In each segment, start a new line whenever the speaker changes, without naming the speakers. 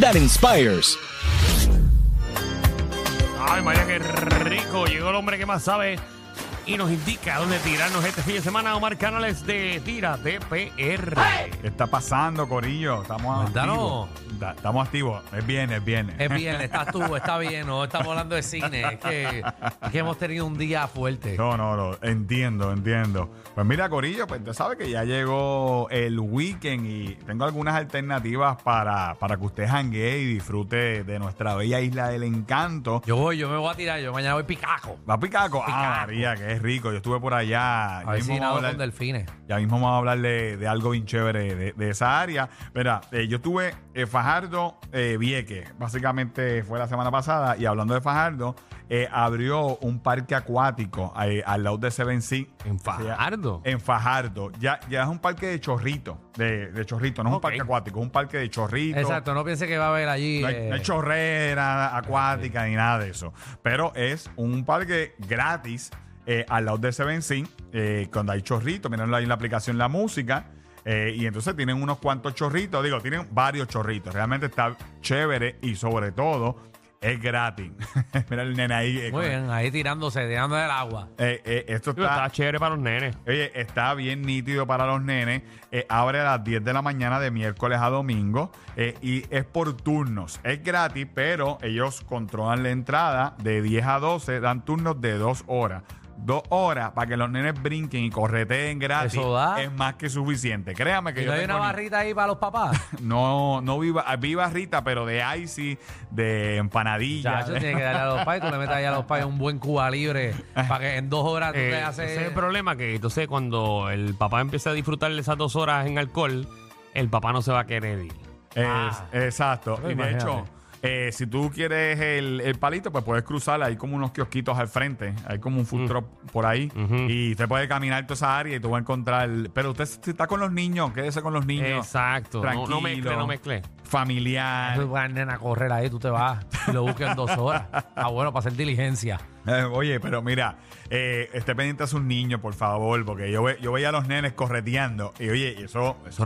that inspires.
Ay, María, qué rico. Llegó el hombre que más sabe y nos indica dónde tirarnos este fin de semana. Omar Canales de Tira TPR.
¿Qué está pasando, Corillo? Estamos activos.
Cuéntanos.
Da- estamos activos. Es viernes, es viernes.
Es bien, estás tú, está bien, no estamos hablando de cine, es que, es que hemos tenido un día fuerte.
No, no, no. Entiendo, entiendo. Pues mira, Corillo, pues usted sabe que ya llegó el weekend y tengo algunas alternativas para, para que usted janguee y disfrute de nuestra bella isla del encanto.
Yo voy, yo me voy a tirar, yo mañana voy picaco.
Va Picaco. Ah,
Picaco.
María, que es rico. Yo estuve por allá. Ya mismo vamos a
Avecinado
hablar-
con delfines.
Ya mismo vamos a hablar de, de algo bien chévere de, de esa área. Mira, eh, yo tuve Fajardo eh, Vieque, básicamente fue la semana pasada, y hablando de Fajardo, eh, abrió un parque acuático eh, al lado de Seven Sea.
En Fajardo.
En Fajardo. Ya, ya es un parque de chorrito, de, de chorrito, no es un
Ok.
parque acuático, es un parque de chorrito.
Exacto, no piense que va a haber allí.
No hay,
eh,
no hay chorrera acuática ni nada de eso. Pero es un parque gratis eh, al lado de Seven Sin, eh, cuando hay chorritos. Miren ahí en la aplicación La Música. eh, y entonces tienen unos cuantos chorritos. Digo, tienen varios chorritos. Realmente está chévere y sobre todo es gratis. Mira el nene ahí. eh,
muy
con-
bien, ahí tirándose, tirando del agua.
Eh, eh, esto
Digo, Está chévere para los nenes.
Oye, está bien nítido para los nenes. Eh, abre a las 10 de la mañana de miércoles a domingo eh, y es por turnos. Es gratis, pero ellos controlan la entrada de 10 a 12, dan turnos de 2 horas. Dos horas para que los nenes brinquen y correteen gratis
Eso da.
es más que suficiente. Créame que
¿Y
yo
no hay
tengo
una
ni-
barrita ahí para los papás?
no, no viva, viva Rita, pero de icy, de empanadilla.
Ya, yo tiene que darle a los pais, tú le metes ahí a los pais un buen Cuba libre para que en dos horas tú
Eh,
te haces.
ese es el problema que entonces cuando el papá empieza a disfrutar de esas dos horas en alcohol, el papá no se va a querer ir.
Es-
Ah.
exacto.
Pero
Y de
imagínate.
hecho, eh, si tú quieres el, el palito, pues puedes cruzar. Hay como unos kiosquitos al frente. Hay como un food truck por ahí.
Mm. Ujú.
Y usted puede caminar toda esa área y tú vas a encontrar. Pero usted si está con los niños, quédese con los niños.
Exacto. No,
Tranquilo.
no mezcle, no mezcle.
Familiar.
Tú vas, nena, a correr ahí, tú te vas y lo buscas en dos horas. Ah, bueno, para hacer diligencia.
Eh, oye, pero mira, eh, esté pendiente a sus niños, por favor, porque yo, ve- yo veía a los nenes correteando. Y oye, eso, eso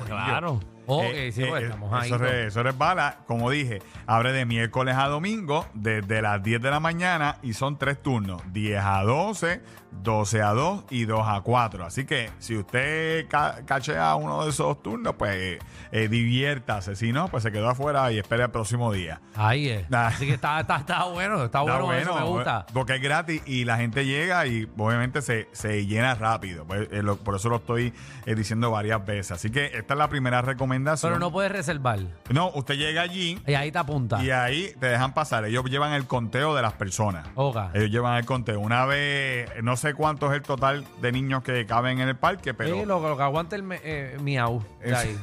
Resbala,
corillo.
claro.
Ok,
Eh,
sí,
eh,
pues
eh,
estamos ahí.
Eso, re- eso resbala, como dije, abre de miércoles a domingo desde las 10 de la mañana y son tres turnos, 10 a 12, 12 a 2 y 2 a 4. Así que si usted ca- cachea uno de esos turnos, pues eh, eh, diviértase. Si no, pues se quedó afuera y espere el próximo día.
Ahí es.
Nah.
Así que está, está, está bueno, está,
Está
Ah, bueno, eso me gusta.
eh, Porque es gratis y la gente llega y obviamente se, se llena rápido. Pues, eh, lo- por eso lo estoy eh, diciendo varias veces. Así que esta es la primera recomendación.
Pero no puedes reservar.
no, usted llega allí.
Y ahí te apunta.
Y ahí te dejan pasar. Ellos llevan el conteo de las personas.
Oga.
Ellos llevan el conteo. Una vez, no sé cuánto es el total de niños que caben en el parque, pero
Sí, lo, lo que aguanta el me- eh, miau. de ahí.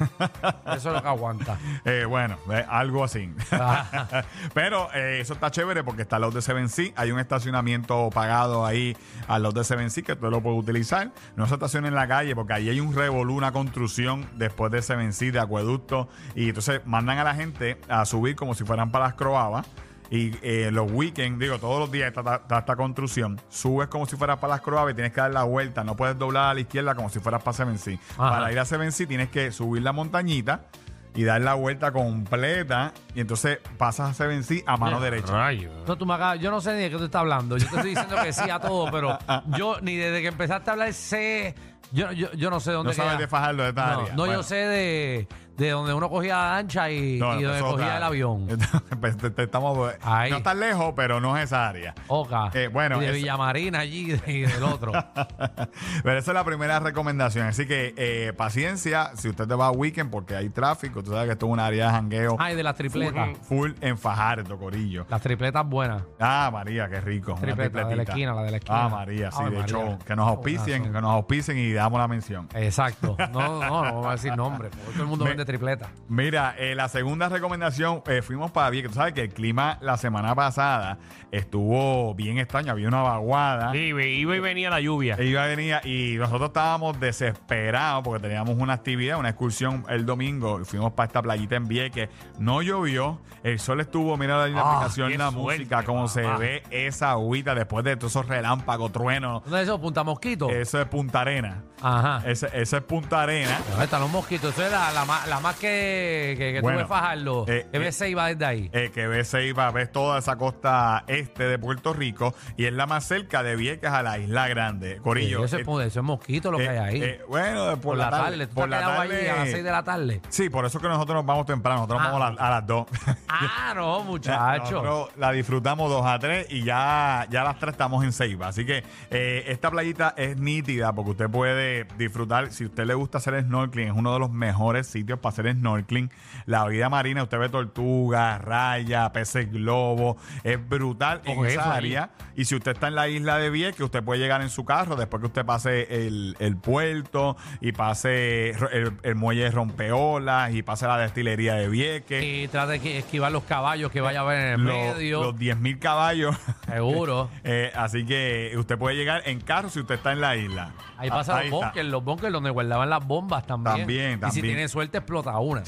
Eso es lo que aguanta.
eh, bueno, eh, algo así.
Ah,
pero eh, eso está chévere porque está al lado de Seven Sea. Hay un estacionamiento pagado ahí al lado de Seven Sea que tú lo puedes utilizar. No se estaciona en la calle porque ahí hay un revolú, una construcción después de Seven Sea, de acueducto. Y entonces mandan a la gente a subir como si fueran para las Croabas. Y eh, los weekends, digo, todos los días está, está- está esta construcción. Subes como si fueras para las Croaves, tienes que dar la vuelta. No puedes doblar a la izquierda como si fueras para Seven Sea.
Ajá.
Para ir a Seven Sea tienes que subir la montañita y dar la vuelta completa. Y entonces pasas a Seven Sea a mano
Eh,
derecha.
Rayo.
no, tú me acabas- yo no sé ni de qué tú estás hablando. Yo te estoy diciendo que sí a todo, pero yo ni desde que empezaste a hablar sé. Yo, yo, yo no sé dónde
No sabes
queda.
de fajarlo de esta
No,
área.
no,
Bueno.
yo sé de, de donde uno cogía la lancha y,
No, no,
y donde
eso es otra
cogía el
área.
avión.
Pues te- te estamos-
Ahí. Oh.
No estás lejos, pero no es esa área.
Oca.
Eh, bueno,
y de
es-
Villamarina allí y del otro.
Pero esa es la primera recomendación. Así que eh, paciencia si usted te va a weekend porque hay tráfico. Tú sabes que esto es una área de jangueo
Ay, de las tripletas.
full en Fajardo, Corillo.
Las tripletas buenas.
Ah, María, qué rico. Una
Tripleta, la de la
tripletita.
esquina, la de la esquina.
Ah, María, sí,
Ay,
de
María.
hecho, que nos auspicien,
Corazón.
que nos auspicien y damos la mención.
Exacto. No, no, no, no vamos a decir nombre. porque Todo el mundo
Me-
vende tripleta.
Mira, eh, la segunda recomendación, eh, fuimos para Vieques. Tú sabes que el clima la semana pasada estuvo bien extraño, había una vaguada.
Sí, iba iba y venía la lluvia.
Iba a venir y nosotros estábamos desesperados porque teníamos una actividad, una excursión el domingo y fuimos para esta playita en Vieques. No llovió, el sol estuvo, mira la
Ah,
aplicación,
qué
la
suerte,
música, cómo se
papá.
ve esa agüita después de todos esos relámpagos, truenos.
¿Dónde es eso? Punta Mosquito.
Eso es eh. Punta Arena.
Ajá.
Ese, ese es Punta Arena.
Ahí están los mosquitos. Eso es la, la, ma- la la más que, que, que
Bueno,
tuve Fajardo,
eh,
M6 iba desde ahí.
eh, que ves iba a ver toda esa costa este de Puerto Rico y es la más cerca de Vieques a la Isla Grande. Corillo.
eso, es,
eh,
eso es mosquito lo que
eh,
hay ahí.
eh, bueno, por,
por la tarde. Tú
por
te
la
has quedado ahí
tarde.
a las 6 de la tarde.
Sí, por eso es que nosotros nos vamos temprano. Nosotros
Ah.
nos vamos a, la- a las 2.
Ah, no, muchacho.
Nosotros la disfrutamos 2 a 3 y ya, ya a las 3 estamos en Ceiba. Así que eh, esta playita es nítida porque usted puede disfrutar. Si usted le gusta hacer snorkeling, es uno de los mejores sitios para hacer snorkeling. La vida marina, usted ve tortugas, rayas, peces globo. Es brutal en
Ojo, eso
esa
ahí.
área. Y si usted está en la isla de Vieques, usted puede llegar en su carro después que usted pase el, el puerto y pase el, el muelle de Rompeolas y pase la destilería de Vieques.
Y trata de que- esquivar los caballos que vaya a haber en el
Lo-
medio.
Los 10.000 caballos.
Seguro.
Eh, así que usted puede llegar en carro si usted está en la isla.
Ahí
A-
pasan los
está.
bunkers, los bunkers donde guardaban las bombas también.
También,
Y si
también.
tiene suerte, explota una.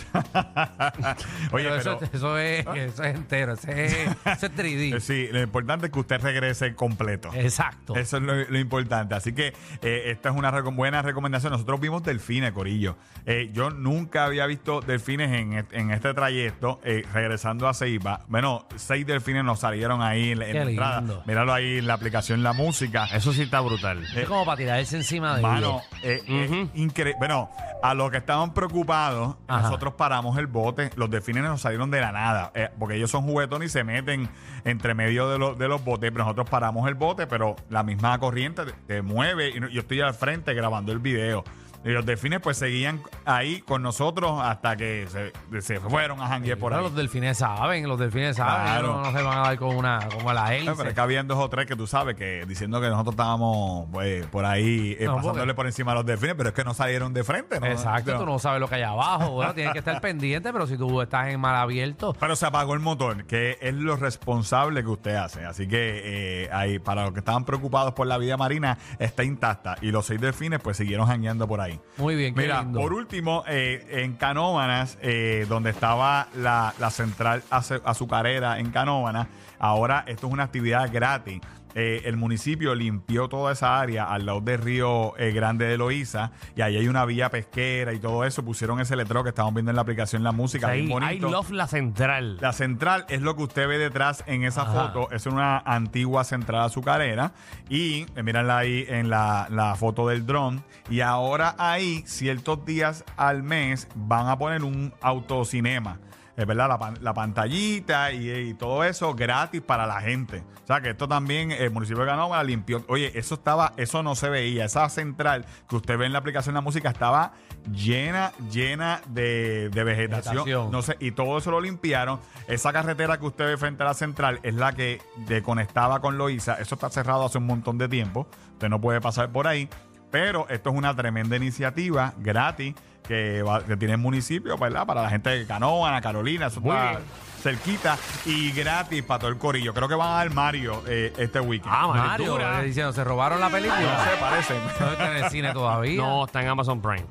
Oye,
Pero
pero,
eso, eso es, eso es entero, eso es, eso es 3D.
eh, sí, lo importante es que usted regrese completo.
Exacto.
Eso es lo, lo importante. Así que eh, esta es una recom- buena recomendación. Nosotros vimos delfines, Corillo. Eh, yo nunca había visto delfines en, est- en este trayecto, eh, regresando a Ceiba. Bueno, seis delfines nos salieron ahí en la, en
Qué
la entrada.
lindo.
Míralo ahí en la aplicación La Música.
Eso sí está brutal.
es como para tirarse encima de
Mano,
ellos.
eh, eh, incre- Bueno, a los que estaban preocupados,
Ajá.
nosotros paramos el bote. Los delfines nos salieron de la nada, eh, porque ellos son juguetones y se meten entre medio de, los- de los botes. Pero nosotros paramos el bote, pero la misma corriente te, te mueve. Y no- yo estoy al frente grabando el video. Y los delfines pues seguían ahí con nosotros hasta que se, se fueron a janguear por
Pero
ahí.
Los delfines saben, los delfines saben.
Claro.
No, no se van a dar con una, como a la
No, pero
hélice.
es que habían dos o tres que tú sabes que diciendo que nosotros estábamos pues, por ahí eh,
No, porque-
pasándole por encima a los delfines, pero es que no salieron de frente. ¿no?
Exacto,
No.
tú no sabes lo que hay abajo. Bueno, tienes que estar pendiente, pero si tú estás en mar abierto,
Pero se apagó el motor, que es lo responsable que usted hace. Así que eh, ahí, para los que estaban preocupados por la vida marina, está intacta. Y los seis delfines, pues siguieron jangueando por ahí.
muy bien, qué
Mira,
lindo.
por último, eh, en Canóvanas, eh, donde estaba la, la central ace- azucarera en Canóvanas, ahora esto es una actividad gratis. Eh, el municipio limpió toda esa área al lado del río eh, Grande de Loíza y ahí hay una vía pesquera y todo eso. Pusieron ese letrero que estamos viendo en la aplicación La Música, bien
Ahí, I
bonito.
love la central.
La central es lo que usted ve detrás en esa
Ajá.
foto. Es una antigua central azucarera. Y eh, mírenla ahí en la, la foto del dron. Y ahora ahí, ciertos días al mes, van a poner un autocinema. Es verdad, la, pan- la pantallita y, eh, y todo eso gratis para la gente. O sea que esto también, eh, el municipio de Canóvara limpió. Oye, eso estaba, eso no se veía. Esa central que usted ve en la aplicación de la música estaba llena, llena de, de
Vegetación.
vegetación. No sé, y todo eso lo limpiaron. Esa carretera que usted ve frente a la central es la que de conectaba con Loíza. Eso está cerrado hace un montón de tiempo. Usted no puede pasar por ahí. Pero esto es una tremenda iniciativa gratis que, va- que tiene el municipio, ¿verdad? Para la gente de Canoa, Carolina, eso
Muy
está
bien.
cerquita y gratis para todo el corillo. Creo que van a dar Mario eh, este weekend.
Ah,
Mario,
Dura.
eh, diciendo, se robaron la
no
película.
se parecen.
No está en el cine todavía.
No, está en Amazon Prime.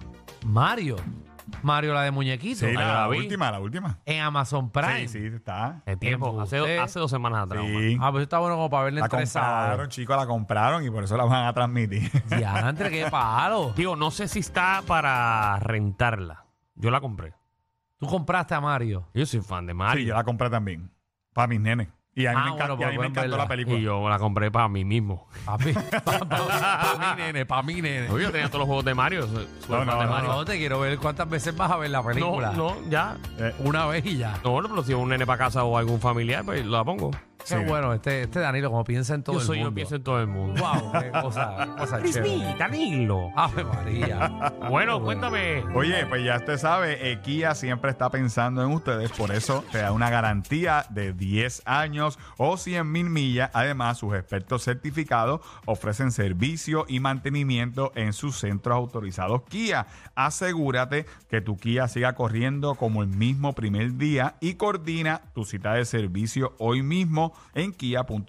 Mario. Mario, la de muñequito.
Sí,
Ahí
la,
la
la
vi. Eh,
últico, última, la última.
En Amazon Prime.
Sí, sí, está.
De tiempo. Hace,
Embuste.
hace dos semanas atrás. Omar.
Sí.
Ah, pues está bueno como para verla
La
en tres sábados.
compraron, chicos, la compraron y por eso la van a transmitir.
Diantre, qué palo.
Digo, no sé si está para rentarla. Yo la compré.
Tú compraste a Mario.
Yo soy fan de
Sí, Ah, yo
Mario.
la compré también. Para mis nenes. Y a mí
Ah,
me, encanta-
bueno,
y a mí me
pues pueden
encantó
verla.
la película.
y yo la compré para mí mismo.
Papi, pa, pa- pa' mi nene, pa' mi nene.
Yo tenía todos los juegos de Mario. soy- soy
No,
fan
no,
de
No,
Mario.
no, te quiero ver cuántas veces vas a ver la película.
No, no, ya.
Eh,
Una vez y ya.
No, bueno, pero si es un nene para casa o algún familiar, pues la pongo.
Qué bueno, este, este Danilo, como piensa en todo
yo
el
soy, yo
mundo.
pienso en todo el mundo.
Wow, qué cosa, qué cosa chévere.
Danilo.
Ave María.
Bueno, cuéntame.
Oye, pues ya usted sabe, eh, Kia siempre está pensando en ustedes, por eso te da una garantía de 10 años o 100 mil millas. Además, sus expertos certificados ofrecen servicio y mantenimiento en sus centros autorizados Kia. Asegúrate que tu Kia siga corriendo como el mismo primer día y coordina tu cita de servicio hoy mismo en kia.com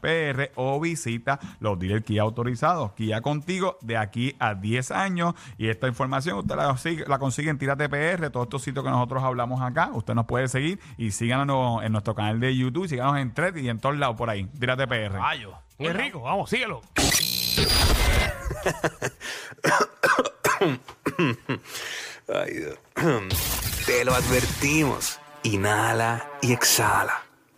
PR o visita los dealers Kia autorizados. Kia contigo de aquí a 10 años. Y esta información usted la consigue, la consigue en Tírate PR, todos estos sitios que nosotros hablamos acá. Usted nos puede seguir y síganos en nuestro canal de YouTube, síganos en Thread y en todos lados por ahí. Tírate PR.
Rayo. Qué rico, vamos, síguelo.
Ay, Dios. Te lo advertimos. Inhala y exhala.